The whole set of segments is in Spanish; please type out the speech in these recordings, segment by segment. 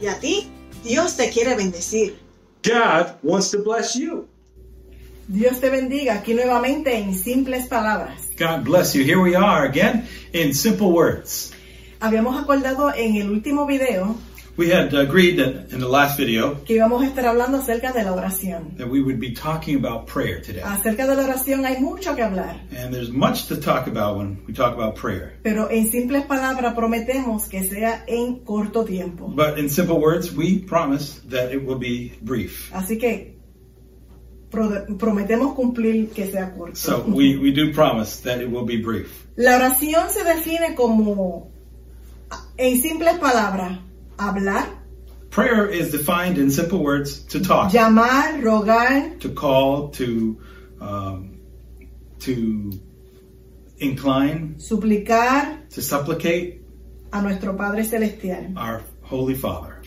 Y a ti, Dios te quiere bendecir. God wants to bless you. Dios te bendiga aquí nuevamente en simples palabras. God bless you. Here we are again in simple words. Habíamos acordado en el último video We had agreed that in the last video que íbamos a estar hablando acerca de la oración. that we would be talking about prayer today. Acerca de la oración hay mucho que hablar, And there's much to talk about when we talk about prayer. pero en simples palabras prometemos que sea en corto tiempo. But in simple words, we promise that it will be brief. Así que pro- prometemos cumplir que sea corto. So we, we do promise that it will be brief. La oración se define como, en simples palabras, hablar, Prayer is defined in simple words to talk, llamar, rogar, to call, to um, to incline, suplicar to supplicate a nuestro Padre Celestial. our Holy Father.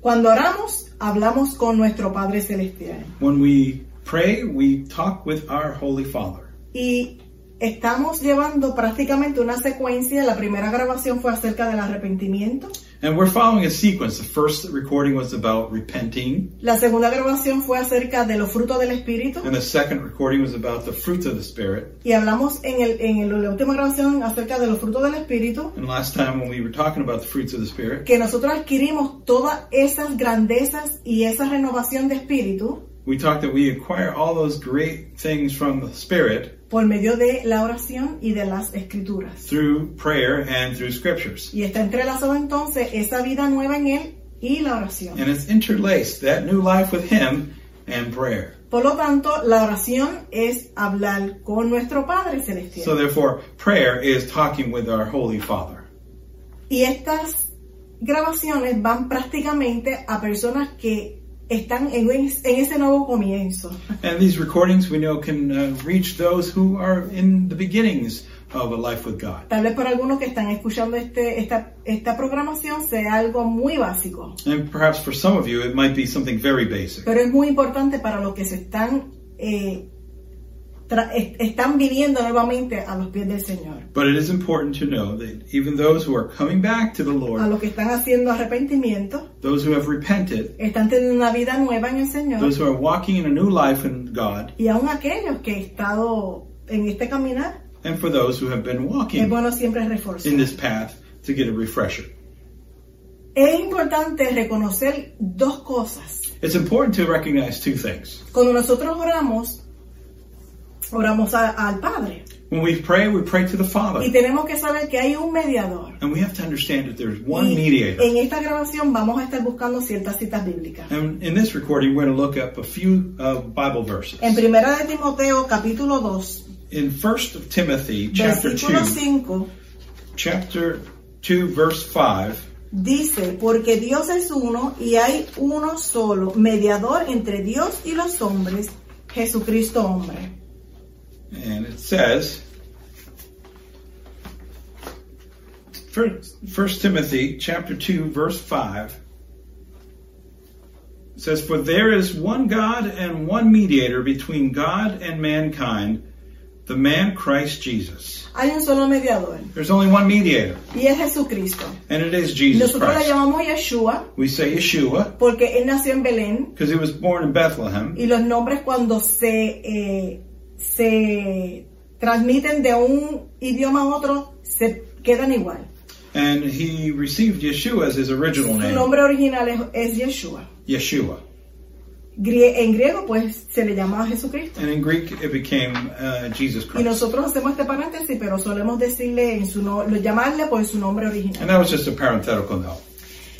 Cuando oramos, hablamos con nuestro Padre Celestial When we pray, we talk with our Holy Father. y estamos llevando prácticamente una secuencia. La primera grabación fue acerca del arrepentimiento, And we're following a sequence. The first recording was about repenting, la segunda grabación fue acerca de los frutos del Espíritu and the second recording was about the fruits of the Spirit. y hablamos en, el, en el- la última grabación acerca de los frutos del Espíritu And last time, when we were talking about the fruits of the Spirit, que nosotros adquirimos todas esas grandezas y esa renovación de espíritu we talked that we acquire all those great things from the Spirit por medio de la oración y de las escrituras. through prayer and through scriptures. Y está entrelazado entonces esa vida nueva en Él y la oración. And it's interlaced, that new life with Him and prayer. Por lo tanto, la oración es hablar con nuestro Padre Celestial. So therefore, prayer is talking with our Holy Father. y estas grabaciones van prácticamente a personas que están en, es- en ese nuevo comienzo. And these recordings we know can uh, reach those who are in the beginnings of a life with God. Tal vez para algunos que están escuchando este, esta, esta programación sea algo muy básico, And perhaps for some of you, it might be something very basic. pero es muy importante para los que se están, eh, tra- est- están viviendo nuevamente a los pies del Señor, But it is important to know that even those who are coming back to the a Lord, los que están haciendo arrepentimiento, those who have repented, están teniendo una vida nueva en el Señor. those who are walking in a new life in God, Y aún aquellos que han estado en este caminar, and for those who have been es walking bueno siempre in reforzar. this path to get a refresher. Es importante reconocer dos cosas. It's important to recognize two things. Cuando nosotros oramos, oramos a- al Padre. When we pray, we pray to the Y Father. tenemos que saber que hay un mediador. And we have to understand that there's one Y mediator. en esta grabación vamos a estar buscando ciertas citas bíblicas. And in this recording, we're going to look up a few uh, Bible verses. En Primera de Timoteo, capítulo 2, in First Timothy chapter versículo 2, 5, chapter 2 verse 5 dice, porque Dios es uno y hay uno solo, mediador entre Dios y los hombres, Jesucristo hombre. and it says First First Timothy chapter 2 verse 5 says for there is one God and one mediator between God and mankind the man Christ Jesus. Hay un solo mediador There's only one mediator y es Jesucristo. and it is Y Jesus Nosotros le Christ. llamamos Yeshua We say Yeshua porque él nació en Belén because he was born in Bethlehem y los nombres cuando se, eh, se transmiten de un idioma a otro se quedan igual. and he received Yeshua as his original Su name. nombre original es, es Yeshua. Yeshua. Grie- en griego pues se le llamaba Jesucristo. And in Greek, it became uh, Jesus Y Christ. nosotros hacemos este paréntesis, pero solemos decirle en su no- lo llamarle por su nombre original. and that was just a parenthetical note.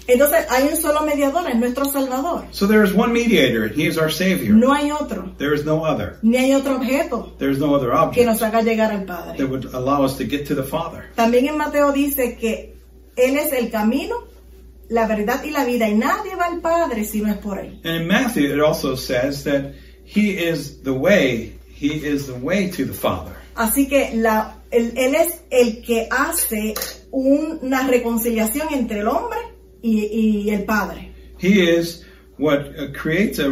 Entonces hay un solo mediador, es nuestro Salvador. So there is one mediator, and he is our Savior. No hay otro, There is no other. ni hay otro objeto There is no other que object nos haga llegar al Padre. that would allow us to get to the Father. También en Mateo dice que Él es el camino, la verdad y la vida, y nadie va al Padre si no es por Él. And in Matthew, it also says that he is the way. He is the way to the Father. Así que la- él, él es el que hace una reconciliación entre el hombre y, y el Padre. He is what uh, creates a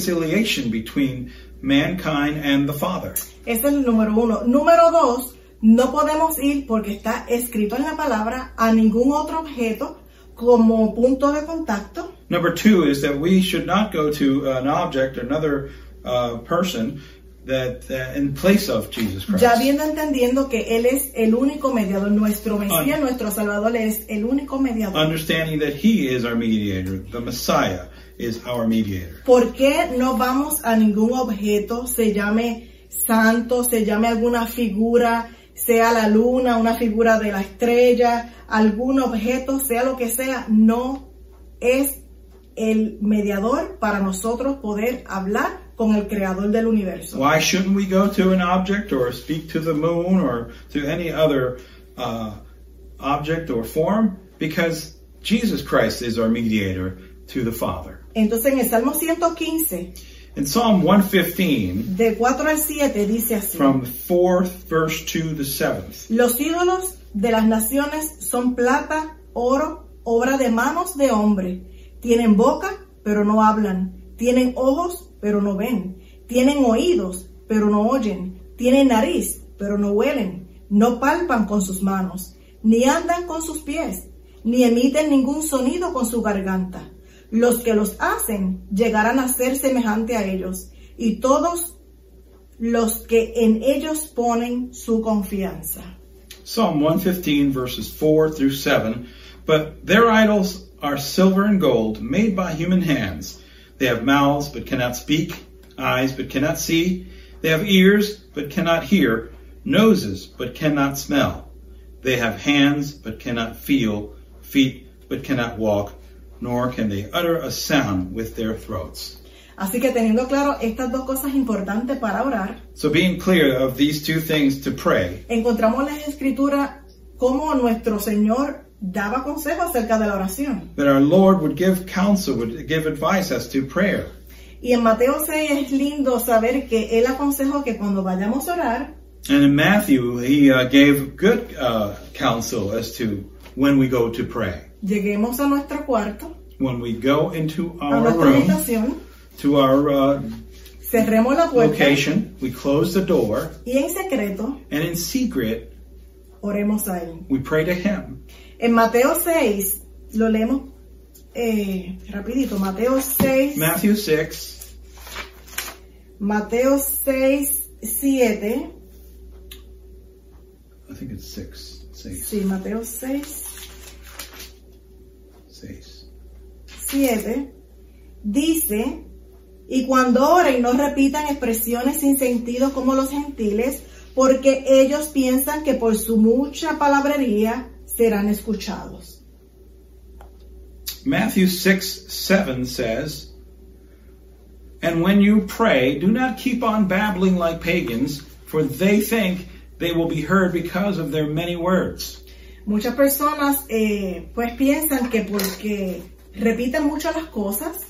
reconciliation between mankind and the Father. Ese Este es el número uno. Número dos, no podemos ir porque está escrito en la palabra a ningún otro objeto como punto de contacto Number two is that we should not go to an object or another uh, person that uh, in place of Jesus Christ. Ya viendo entendiendo que Él es el único mediador, nuestro Mesías, Ah. nuestro Salvador es el único mediador. Understanding that He is our mediator, the Messiah is our mediator. ¿Por qué no vamos a ningún objeto, se llame santo, se llame alguna figura, sea la luna, una figura de la estrella, algún objeto, sea lo que sea, no es el mediador para nosotros poder hablar con el creador del universo? Why shouldn't we go to an object or speak to the moon or to any other uh, object or form? Because Jesus Christ is our mediator to the Father. Entonces en el Salmo 115, In Psalm 115, de 4 al 7, dice así. from the 4th verse to the 7th, Los ídolos de las naciones son plata, oro, obra de manos de hombre. Tienen boca, pero no hablan. Tienen ojos, pero no ven. Tienen oídos, pero no oyen. Tienen nariz, pero no huelen. No palpan con sus manos, ni andan con sus pies, ni emiten ningún sonido con su garganta. Los que los hacen llegarán a ser semejante a ellos, y todos los que en ellos ponen su confianza. Psalm 115 verses 4 through 7. But their idols are silver and gold, made by human hands. They have mouths but cannot speak, eyes but cannot see. They have ears but cannot hear, noses but cannot smell. They have hands but cannot feel, feet but cannot walk, nor can they utter a sound with their throats. Así que teniendo claro estas dos cosas importantes para orar, So being clear of these two things to pray encontramos en las escrituras cómo nuestro Señor daba consejos acerca de la oración. that our Lord would give counsel, would give advice as to prayer. Y en Mateo 6 es lindo saber que Él aconsejó que cuando vayamos a orar, And in Matthew, he uh, gave good uh, counsel as to when we go to pray. lleguemos a nuestro cuarto, When we go into a our nuestra room, habitación, to our uh, cerremos la puerta location, we close the door, y en secreto and in secret, oremos a Él. we pray to him. En Mateo 6, lo leemos eh, rapidito, Mateo 6, Matthew 6, Mateo 6, 7. I think it's 6, 6, Sí, Mateo 6, 6. 7. Dice, y cuando oren no repitan expresiones sin sentido como los gentiles, porque ellos piensan que por su mucha palabrería serán escuchados. Matthew 6, 7 says, And when you pray, do not keep on babbling like pagans, for they think they will be heard because of their many words. Muchas personas eh, pues piensan que porque repiten mucho las cosas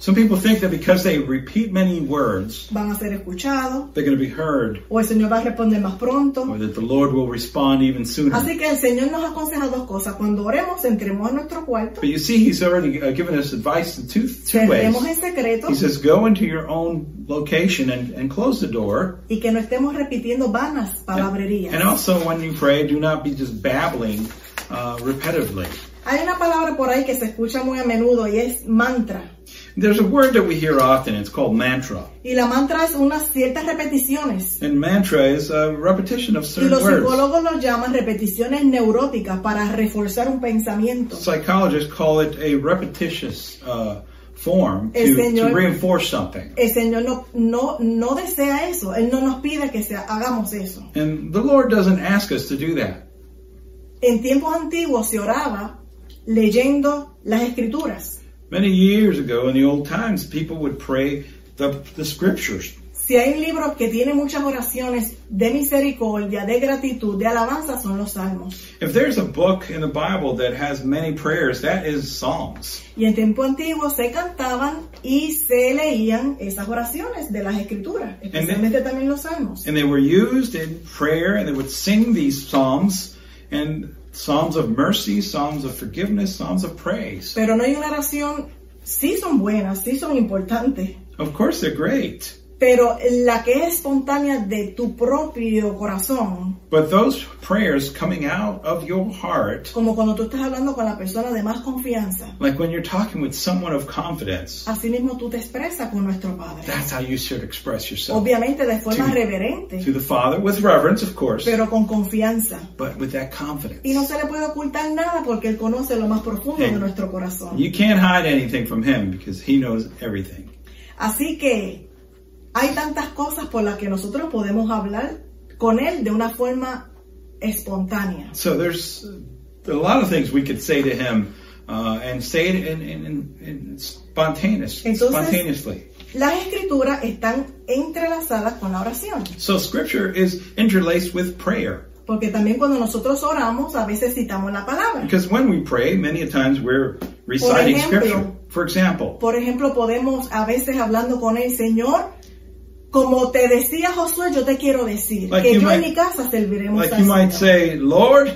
Some people think that because they repeat many words, van a ser escuchados they're going to be heard, o el Señor va a responder más or pronto. that the Lord will respond even sooner. Así que el Señor nos aconseja dos cosas. Cuando oremos, entremos a nuestro cuarto, But you see, He's already uh, given us advice in two, two cerremos en ways. secreto He says, Go into your own location and, and close the door. y que no estemos repitiendo vanas palabrerías. And also, when you pray, do not be just babbling uh, repetitively. Hay una palabra por ahí que se escucha muy a menudo y es mantra. There's a word that we hear often. It's called mantra. Y la mantra es unas ciertas repeticiones. And mantra is a repetition of Y certain los words. psicólogos lo llaman repeticiones neuróticas para reforzar un pensamiento. Psychologists call it a repetitious uh, form El to, to Señor- reinforce something. El Señor no, no, no desea eso. Él no nos pide que sea- hagamos eso. And the Lord doesn't ask us to do that. En tiempos antiguos se oraba leyendo las escrituras. Many years ago in the old times, people would pray the, the scriptures. Si hay un libro que tiene muchas oraciones de misericordia, de gratitud, de alabanza, son los salmos. If there's a book in the Bible that has many prayers, that is Psalms. Y en tiempo antiguo se cantaban y se leían esas oraciones de las escrituras, especialmente también los salmos. And they were used in prayer, and they would sing these Psalms, and Psalms of mercy, Psalms of forgiveness, Psalms of praise. Pero no hay una oración, sí son buenas, sí son importantes, Of course, they're great. pero la que es espontánea de tu propio corazón, But those prayers coming out of your heart, como cuando tú estás hablando con la persona de más confianza, like when you're talking with someone of confidence, asimismo tú te expresas con nuestro Padre. that's how you should express yourself. Obviamente de forma Sí. To reverente, the Father, with reverence, of course, pero con confianza. but with Y that no confidence. se le puede ocultar nada porque Él conoce lo más profundo Sí. de nuestro corazón. You can't hide anything from Him because He knows everything. Así que hay tantas cosas por las que nosotros podemos hablar con Él de una forma espontánea. So there's a lot of things we could say to Him uh, and say it in, in, in, in spontaneous, Entonces- spontaneously. Las escrituras están entrelazadas con la oración, So Scripture is interlaced with prayer. porque también cuando nosotros oramos a veces citamos la palabra. Because when we pray, many a times we're reciting ejemplo. scripture. For example, Por ejemplo, podemos a veces hablando con el Señor, como te decía Josué, yo te quiero decir Like que you yo en might- mi casa serviremos like al you might Señor. say, Lord,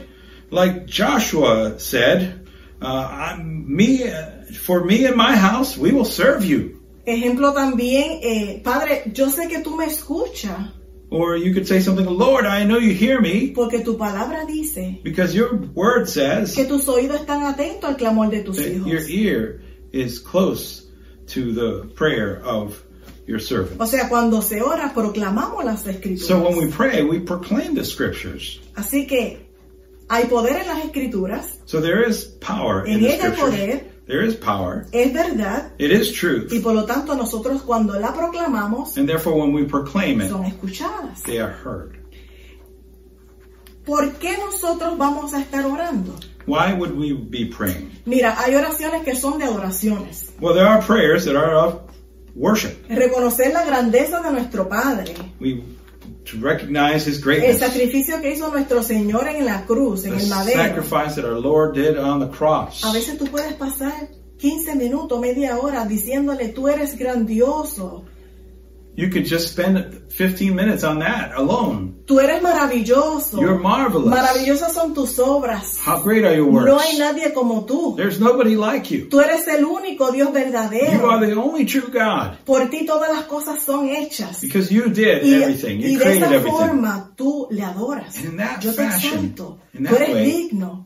like Joshua said, uh, I'm me, uh, for me and my house, we will serve you. Ejemplo también, eh, Padre, yo sé que tú me escuchas, Or you could say something, Lord, I know you hear me porque tu palabra dice because your word says que tus oídos están atentos al clamor de tus that hijos. your ear is close to the prayer of your servant. O sea, cuando se ora, proclamamos las escrituras. So when we pray, we proclaim the scriptures. Así que hay poder en las escrituras, So there is power in en the ella hay scriptures. poder, There is power. es verdad, It is truth. y por lo tanto nosotros cuando la proclamamos, And therefore, when we proclaim it, son escuchadas. they are heard. ¿Por qué nosotros vamos a estar orando? Why would we be praying? Mira, hay oraciones que son de adoraciones. Well, there are prayers that are of worship. Reconocer la grandeza de nuestro Padre, We to recognize His el greatness, sacrificio que hizo nuestro Señor en la cruz, en the el madero. sacrifice that our Lord did on the cross. A veces tú puedes pasar 15 minutos, media hora diciéndole, tú eres grandioso, You could just spend 15 minutes on that alone. tú eres maravilloso, You're marvelous. maravillosas son tus obras, How great are your no works? hay nadie como tú, There's nobody like you. tú eres el único Dios You are verdadero, the only true God por ti todas las cosas son hechas. because you did Y, everything. y You de created esa everything. forma tú le adoras. And in that Yo te fashion, santo. in Tú that eres way, digno.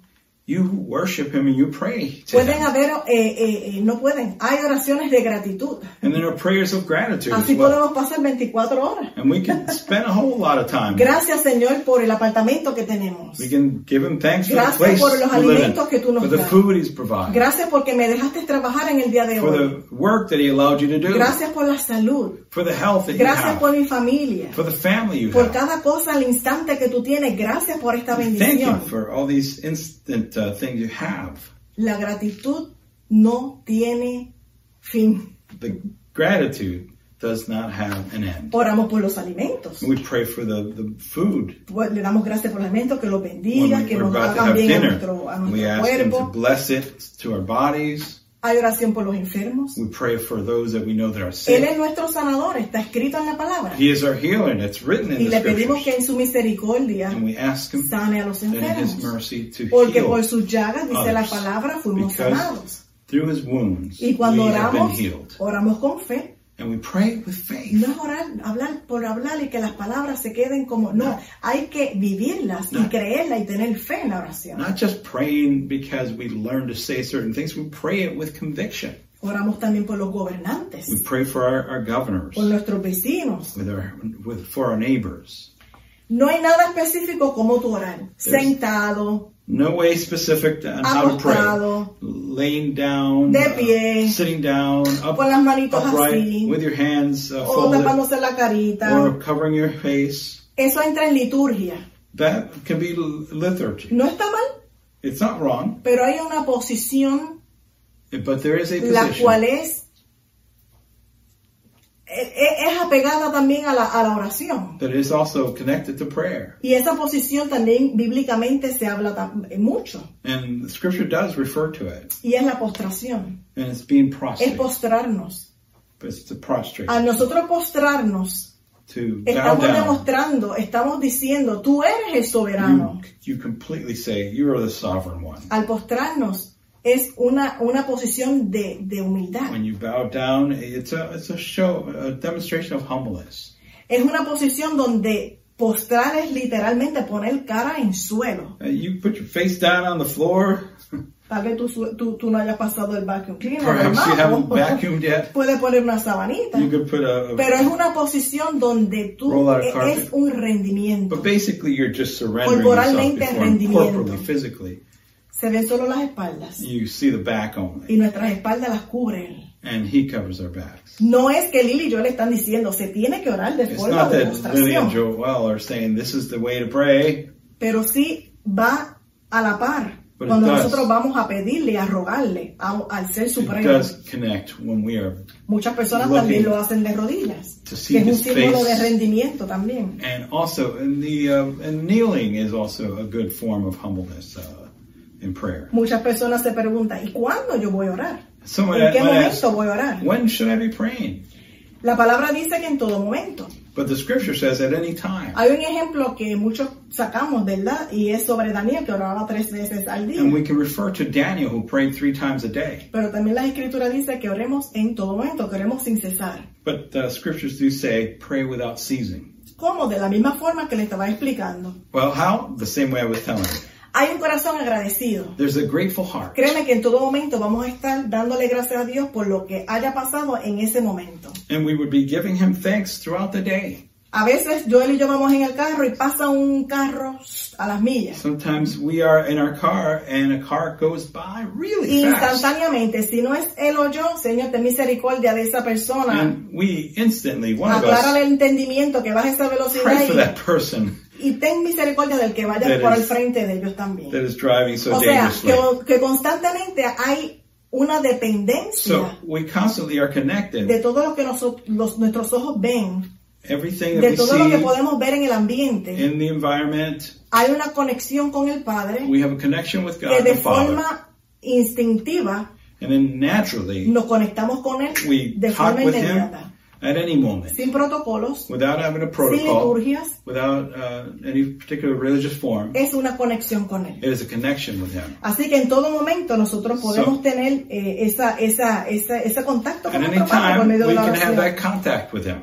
You worship Him and you pray to Pueden Him. haber, eh, eh, eh, no pueden. Hay oraciones de gratitud. And there are prayers of gratitude as Así well. podemos pasar 24 horas. And we can spend a whole lot of time. Gracias, Señor, por el apartamento que tenemos. We can give him thanks Gracias for the place por los we live alimentos que tú in, nos for the das. food he's provided, Gracias porque me dejaste trabajar en el día de for hoy. the work that he allowed you to do, Gracias por la salud. for the health that you Gracias have, por mi familia. for the family you Por have. cada cosa al instante que tú tienes. Gracias por esta Thank you bendición. for all these instant uh, things you have. La gratitud no tiene fin. The gratitude does not have an end. Oramos por los alimentos. We pray for the, the food Pues, le damos gracias por el alimento, que los bendiga, when que we, are nos about to hagan have bien a dinner. nuestro, a we nuestro ask him to cuerpo. bless it to our bodies. Hay oración por los enfermos. We pray for those that we know that are Él sick. es nuestro sanador, está escrito en la palabra. He is our healer, and it's written in Y the le pedimos scriptures. que en su misericordia And we ask him sane a los and in his enfermos. mercy to Porque heal. por sus llagas, dice la others. palabra, fuimos Because sanados. Through his wounds, Y cuando we have been oramos, healed. oramos con fe. And we pray with faith. No es orar, hablar por hablar y que las palabras se queden como... No, hay que vivirlas y No. creerlas y tener fe en la oración. Not just praying because we learn to say certain things, we pray it with conviction. Oramos también por los gobernantes, We pray for our, our governors, por nuestros vecinos, with our, with, for our neighbors. No hay nada específico como tu orar. Sentado, No way specific on how to pray. Acostado. Laying down, De uh, pie. sitting down, up, Con las manitos upright, así. with your hands uh, o folded, tapándose la or carita. covering your face. Eso entra en liturgia. That can be liturgy. No está mal, It's not wrong, pero hay una posición Eh, but there is a la position. cual es e- e- es apegada también a la, a la oración. that is also connected to prayer. Y esa posición también bíblicamente se habla tam- eh, mucho. And the scripture does refer to it. Y es la postración. And it's being Es prostrate. postrarnos. It's to prostrate. A nosotros postrarnos, To bow estamos down. demostrando, estamos diciendo, tú eres el soberano. Mm. You, you completely say, You are the sovereign one. Al postrarnos, es una, una posición de, de humildad. When you bow down, it's a, it's a show, a demonstration of humbleness. Es una posición donde postrar es literalmente poner cara en suelo. Uh, You put your face down on the floor. Tal vez tú, su- tú, tú no hayas pasado el vacuum cleaner. Perhaps you haven't hermano. vacuumed yet. Puedes poner una sabanita. You could put a, a- Pero es una posición donde tú Roll out e- carpet. es un rendimiento. but basically you're just surrendering yourself Corporalmente before him, rendimiento. corporally, physically. Se ven solo las espaldas You see the back only, y nuestras espaldas las cubre él. and he covers our backs. No es que Lili y yo le están diciendo, se tiene que orar de It's forma not de that Lily demostración, and Joel are saying this is the way to pray. pero sí va a la par But it cuando does. nosotros vamos a pedirle, a rogarle a- al Ser It Supremo. does connect when we are, Muchas personas Looking también lo hacen de rodillas, to see que es un his símbolo de face. rendimiento también. and also and the uh, and kneeling is also a good form of humbleness uh, in prayer. Muchas personas se preguntan, ¿y cuándo yo voy a orar? So when, ¿En qué I, when, I momento ask, voy a orar? when should I be praying? La palabra dice que en todo momento. But the scripture says at any time, Hay un ejemplo que muchos sacamos, ¿verdad? Y es sobre Daniel, que oraba tres veces al día. and we can refer to Daniel who prayed three times a day. Pero también la escritura dice que oremos en todo momento, que oremos sin cesar. But the scriptures do say pray without ceasing. ¿Cómo? De la misma forma que le estaba explicando. Well, how? The same way I was telling you. Hay un corazón agradecido. There's a grateful heart. Créeme que en todo momento vamos a estar dándole gracias a Dios por lo que haya pasado en ese momento. And we would be giving him thanks throughout the day. A veces Joel y yo vamos en el carro y pasa un carro a las millas. Sometimes we are in our car and a car goes by really fast. Instantáneamente, si no es él o yo, Señor, ten misericordia de esa persona. And we instantly, one of Aclara us, el entendimiento que baje esa pray for that velocidad person y, y ten misericordia del que vaya That por is- el frente de ellos también. that is driving so o sea, dangerously. que, que constantemente hay una dependencia So we constantly are de connected. todo lo que noso- los- nuestros ojos ven, Everything that de we todo lo que see podemos ver en el ambiente. in the environment, Hay una conexión con el Padre we have a connection with que God de the Father. forma instintiva And then naturally, nos conectamos con Él we de talk forma with him inmediata, at any moment sin protocolos, without having a sin protocol, liturgias. without uh, any particular religious form. Es una conexión con Él. It is a connection with him. Así que en todo momento nosotros podemos So- tener eh, esa, esa, esa, ese contacto At con any nuestro Padre por time, medio de we la can oración. have that contact with him.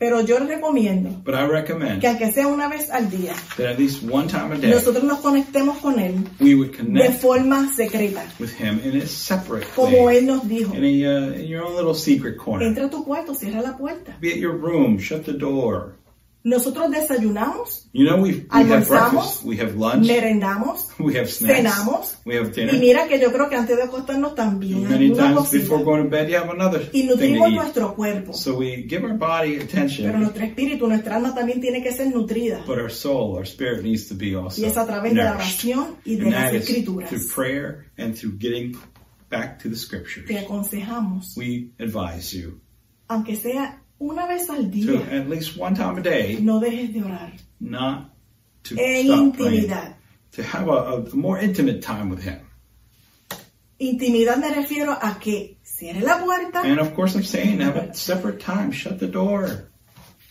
Pero yo les recomiendo But I que recommend aunque sea una vez al día, that at least one time a day, nosotros nos conectemos con Él we would de connect forma secreta, with him in a separate como way, Él nos dijo. in, a, uh, in your own little secret corner. Entra a tu cuarto, cierra la puerta. Be at your room, shut the door. Nosotros desayunamos, You know, we've, we have Almorzamos, breakfast, we have lunch, merendamos, we have snacks, cenamos, we have y dinner. mira que yo creo que antes de acostarnos también hay Many una times before cosita. going to bed, you have another Y thing to nutrimos eat. nuestro cuerpo, So we give our body pero attention, nuestro espíritu, nuestra alma también tiene que ser nutrida. but our soul, our spirit needs to be also Y es a través de la nourished. oración y de And las that is escrituras. through prayer and through getting back to the scriptures. Te aconsejamos, We advise you aunque sea una vez al to día, at least one time a day no dejes de orar. not to En stop praying, E intimidad. to have a, a more intimate time with Him. Intimidad me refiero a que cierre la puerta, And of course, I'm saying have a separate time, shut the door,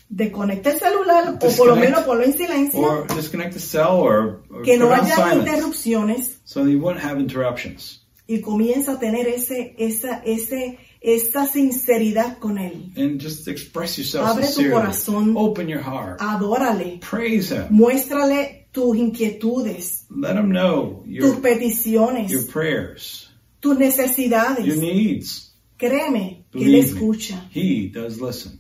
desconecte el celular o por lo Disconnect. menos ponlo en silencio, or disconnect the cell, or, or que no put on haya silence, interrupciones so that you won't have interruptions. y comienza a tener ese, esa, ese, esa sinceridad con Él. And just express yourself Abre tu sincerely. corazón. Ah. Open your heart. Adórale, Praise Him. muéstrale tus inquietudes, Let Him know tus your your peticiones, prayers, tus your necesidades. needs. Créeme que Él Believe me, escucha, He does listen.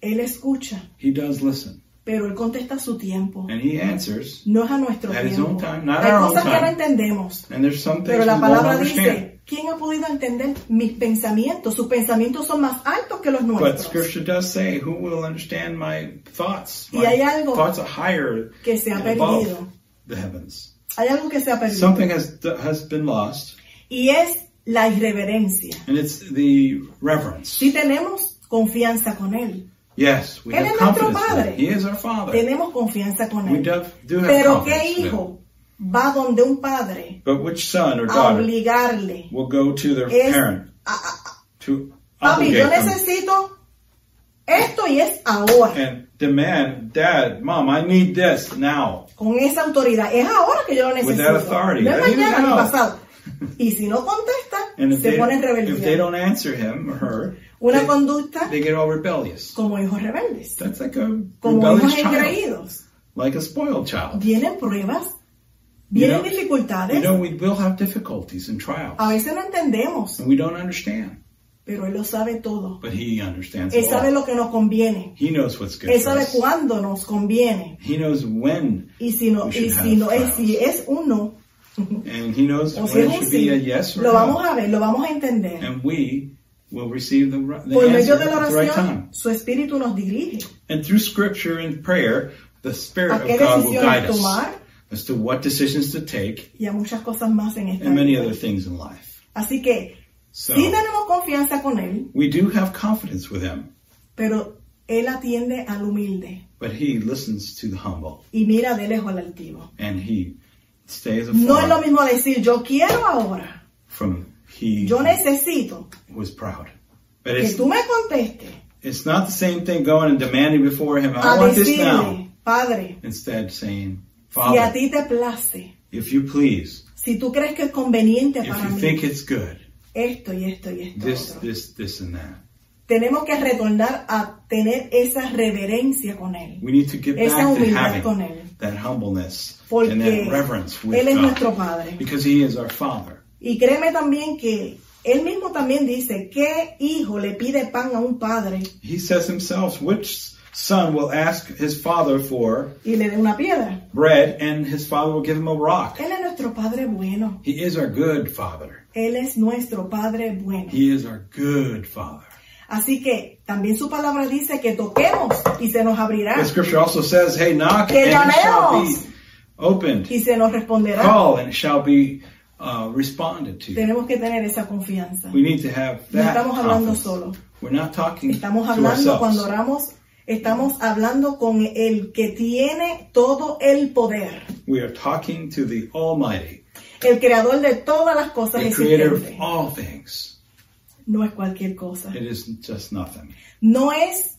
Él escucha. He does listen, pero Él contesta a su tiempo. and He answers. No es a nuestro At his tiempo. own time, not Hay our own cosas que time. no entendemos, And there's some things pero la we won't palabra understand. dice, ¿quién ha podido entender mis pensamientos? Sus pensamientos son más altos que los But nuestros. Scripture does say, "Who will understand my thoughts? Y My hay algo thoughts are higher que se ha and above perdido. the heavens. Hay algo que se ha perdido Something has has been lost, y es la irreverencia. and it's the reverence. Si tenemos confianza con Él, Yes, we Él have es nuestro confidence. in Padre. him. He is our Father. tenemos confianza con We Él. do, do have Pero confidence. ¿qué in him. hijo va donde un padre But which son or a daughter obligarle? will go to their Es, parent a- a- to papi, yo obligate them? necesito Esto y es ahora. and demand, Dad, Mom, I need this now. Con esa autoridad. Es ahora que yo lo With necesito. that authority. No es Let him mañana ni know. pasado. Y si no And contesta, if, se they, pone en if they rebeldía. don't answer him or her, Una they- conducta they get all rebellious. como hijos rebeldes, That's like a como rebellious hijos child, engreídos. like a spoiled child. Vienen pruebas, You vienen know- dificultades. You know, we will have difficulties and trials, a veces no entendemos, and we don't understand, pero Él lo sabe todo. but He understands Él it sabe all. lo que nos conviene. He knows what's good Él for sabe us. cuándo nos conviene. He knows when, Y si no, We y should si have no es, trials. si es un no, and He knows o when si es it un should be sí, a yes or lo vamos no, a ver, lo vamos a entender. and we will receive the, ri- the Por medio answer de la at the right oración, time. su espíritu nos dirige And through Scripture and prayer, the Spirit a qué of God will guide decisiones us tomar as to what decisions to take y a muchas cosas más en esta and many other vida. things in life. Así que So sí tenemos confianza con Él, we do have confidence with Him, pero Él atiende al humilde but He listens to the humble y mira de lejos al altivo. and He stays No es lo afar mismo decir yo quiero ahora, from He yo necesito was proud. But que it's, tú me contestes it's not the same thing going and demanding before him, I a want this now. decirle, Padre, Instead saying, si a Father, ti te place, if you please, si tú crees que es conveniente if para you mí, think it's good, esto y esto y esto. this, otro. this, this and that. Tenemos que retornar a tener esa reverencia con Él, We need to get esa back to humildad con having Él, that humbleness and porque that reverence with Él es God. nuestro Padre. Because he is our Father. Y créeme también que Él mismo también dice, ¿qué hijo le pide pan a un padre He says himself, which son will ask his father for y le dé una piedra? bread and his father will give him a rock? Él es nuestro Padre bueno, He is our good Father. Él es nuestro Padre bueno. He is our good Father. Así que también su palabra dice que toquemos y se nos abrirá The scripture also says, hey, knock Que and it shall be llamemos. opened. y se nos responderá. Call and it shall be uh, responded to. Tenemos que tener esa confianza. We need to have No that estamos hablando confidence. solo. We're not talking Estamos to hablando ourselves. cuando oramos, estamos hablando con el que tiene todo el poder, We are talking to the Almighty, el creador de todas las cosas the creator existentes. of all things. No es cualquier cosa. It isn't just nothing. No es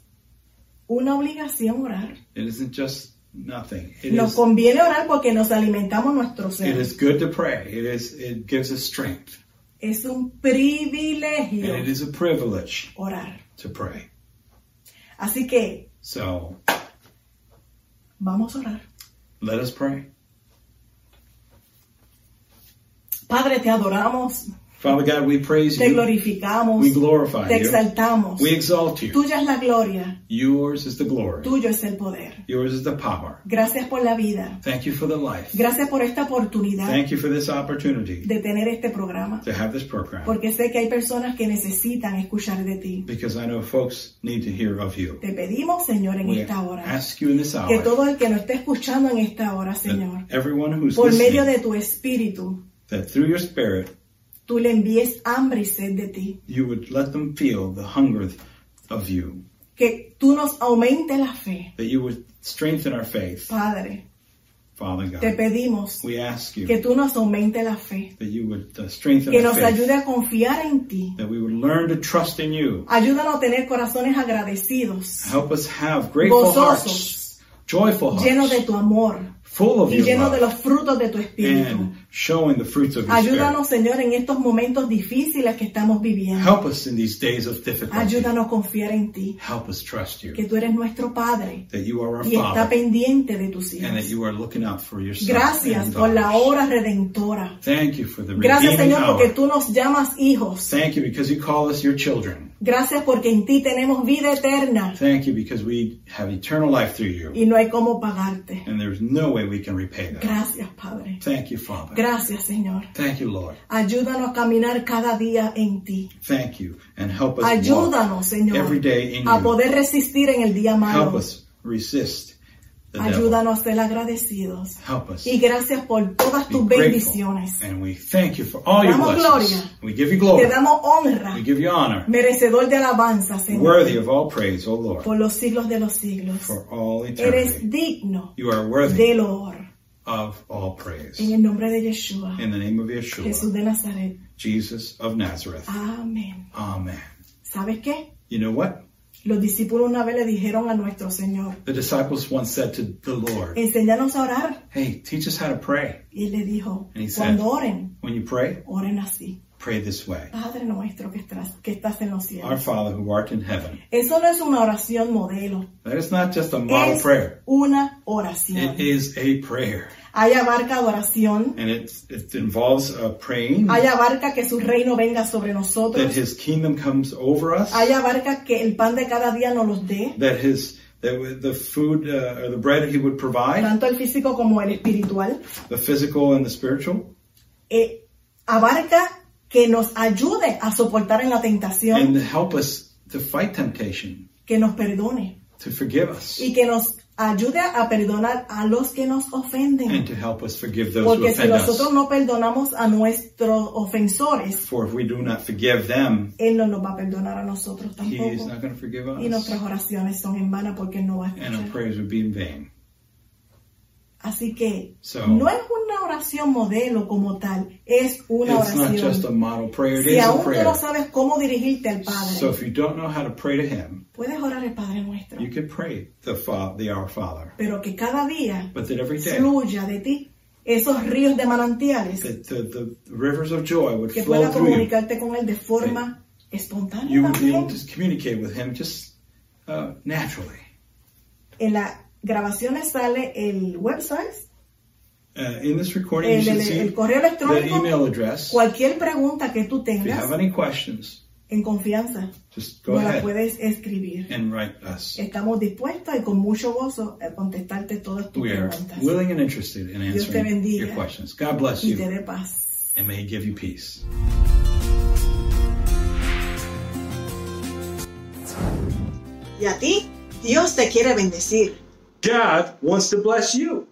una obligación orar. It isn't just nothing. It Nos is- conviene orar porque nos alimentamos nuestro it ser. is good to pray. It is it gives us strength. Es un And privilegio it is a privilege orar. to pray. Así que So vamos a orar. let us pray. Padre, te adoramos, Father God, we praise te you. glorificamos, We glorify te you. exaltamos. We exalt you. Tuya es la gloria, Yours is the glory. tuyo es el poder. Yours is the power. Gracias por la vida. Thank you for the life. Gracias por esta oportunidad Thank you for this opportunity de tener este programa, to have this program. porque sé que hay personas que necesitan escuchar de ti. Because I know folks need to hear of you. Te pedimos, Señor, en We esta hora, ask you in this que hour todo el que nos esté escuchando en esta hora, Señor, that everyone who's por medio listening, de tu espíritu, that through your spirit tú le envíes hambre y sed de ti, you would let them feel the hunger of you, que tú nos aumente la fe. that you would strengthen our faith, Padre, Father te God. pedimos We ask que you tú nos aumente la fe, that you would uh, strengthen que our nos faith, ayude a confiar en ti. that we would learn to trust in you. Ayúdanos a tener corazones agradecidos, Help us have grateful hearts, gozosos, joyful llenos de hearts, tu amor. full of y your lleno de love, los frutos de tu espíritu. and showing the fruits of your spirit. Ayúdanos, Señor, en estos momentos difíciles que estamos viviendo. Help us in these days of difficulty. Ayúdanos a confiar en ti, Help us trust que you, tú eres nuestro Padre that you are our y está Father, pendiente de tus and that hijos. you are looking out for your sons Gracias and por la daughters. hora redentora. Thank you for the Gracias, redeeming Señor, porque power. tú nos llamas hijos. Thank you because you call us your children. Gracias porque en ti tenemos vida eterna Thank you because we have eternal life through you, y no hay cómo pagarte. and there's no way we can repay that. Gracias, Padre. Thank you, Father. Gracias, Señor. Thank you, Lord. Ayúdanos a caminar cada día en ti. Thank you, and help us walk. Ayúdanos, Señor, every day in a you. poder resistir en el día Help malo. us resist the devil. Ayúdanos a ser agradecidos. Help us Y be gracias por todas tus grateful, bendiciones. and we thank you for all your damos blessings. gloria. We give Te you glory. damos honra, We give you honor. merecedor de alabanza, Señor, Worthy of all praise, O Lord, por los siglos de los siglos. for all Eres eternity. digno You are worthy del honor. of all praise. En el nombre de Yeshua, In the name of Jesús Yeshua, de Nazaret. Jesus of Nazareth. Amén. Amen. ¿Sabes qué? You know what? Los discípulos una vez le dijeron a nuestro Señor, The disciples once said to the Lord, enséñanos a orar. Hey, teach us how to pray. Y él le dijo, And he said- cuando oren, When you pray, oren así. pray this way Padre nuestro que estás, que estás en los Our cielos. Father who art in heaven. Eso no es una oración modelo, That is not just a model es prayer, una oración. it is a prayer. Ahí abarca adoración, And it's, it involves uh, praying ahí abarca que su reino venga sobre that nosotros, His kingdom comes over us, ahí abarca que el pan de cada día nos los dé, that His that with the food uh, or the bread He would provide, tanto el físico como el espiritual. the physical and the spiritual, Eh, abarca que nos ayude a soportar en la tentación, and help us to fight temptation, que nos perdone to forgive us, y que nos ayude a perdonar a los que nos ofenden. and to help us forgive those who Porque si offend nosotros us. no perdonamos a nuestros ofensores, For if we do not forgive them, Él no nos va a perdonar a nosotros He is tampoco. not going to forgive Y us, nuestras oraciones son en vano porque Él no va a and our escuchar. prayers would be in vain. Así que So- no es una oración modelo como tal, es una It's not just a oración. model prayer; it Si is a aún tú prayer. no sabes cómo dirigirte al So Padre, if you don't know how to pray to Him, puedes orar el Padre nuestro. you could pray the Father, the Our Father, pero que cada día but that every day fluya de ti esos ríos de manantiales that the, the rivers of joy would que flow pueda through you. comunicarte con él de forma espontánea You would be able también. to communicate with Him just uh, naturally. En las grabaciones sale el website, Uh, in this recording, you el, should el- see el correo the electrónico. email address. Cualquier pregunta que tú If you have tengas any questions, en confianza, just go nos la ahead puedes escribir. and write us. Estamos dispuestos y con mucho gozo a contestarte todas tus We are preguntas. willing and interested in Dios te answering your bendiga. questions. God bless Y te you, dé paz. and may He give you peace. Y a ti, Dios te quiere bendecir. God wants to bless you.